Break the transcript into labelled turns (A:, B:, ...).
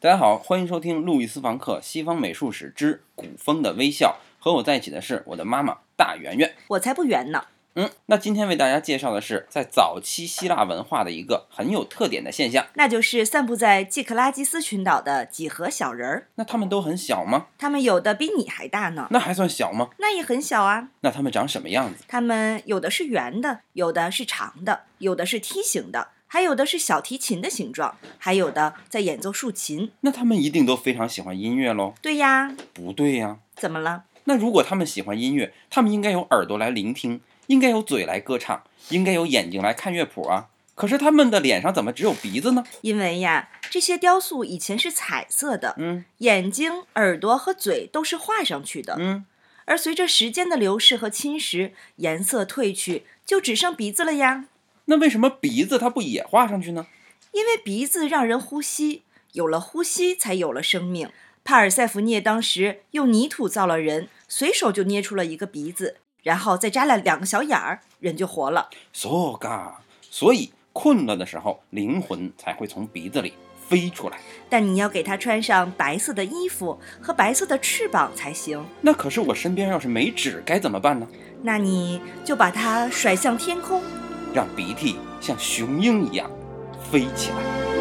A: 大家好，欢迎收听路易斯·房克《西方美术史之古风的微笑》。和我在一起的是我的妈妈大圆圆。
B: 我才不圆呢。
A: 嗯，那今天为大家介绍的是在早期希腊文化的一个很有特点的现象。
B: 那就是散布在季克拉基斯群岛的几何小人儿，
A: 那他们都很小吗？
B: 他们有的比你还大呢，
A: 那还算小吗？
B: 那也很小啊。
A: 那他们长什么样子？
B: 他们有的是圆的，有的是长的，有的是梯形的，还有的是小提琴的形状，还有的在演奏竖琴。
A: 那他们一定都非常喜欢音乐喽？
B: 对呀，
A: 不对呀、
B: 怎么了？
A: 那如果他们喜欢音乐，他们应该有耳朵来聆听，应该有嘴来歌唱，应该有眼睛来看乐谱啊。可是他们的脸上怎么只有鼻子呢？
B: 因为呀，这些雕塑以前是彩色的，
A: 嗯
B: 眼睛、耳朵和嘴都是画上去的，
A: 嗯，
B: 而随着时间的流逝和侵蚀，颜色褪去，就只剩鼻子了呀。
A: 那为什么鼻子它不也画上去呢？
B: 因为鼻子让人呼吸，有了呼吸才有了生命。帕尔塞福涅当时用泥土造了人，随手就捏出了一个鼻子，然后再扎了两个小眼儿，人就活了。
A: so ga，所以困了的时候，灵魂才会从鼻子里飞出来。
B: 但你要给它穿上白色的衣服和白色的翅膀才行。
A: 那可是我身边要是没纸该怎么办呢？
B: 那你就把它甩向天空。
A: 让鼻涕像雄鹰一样飞起来。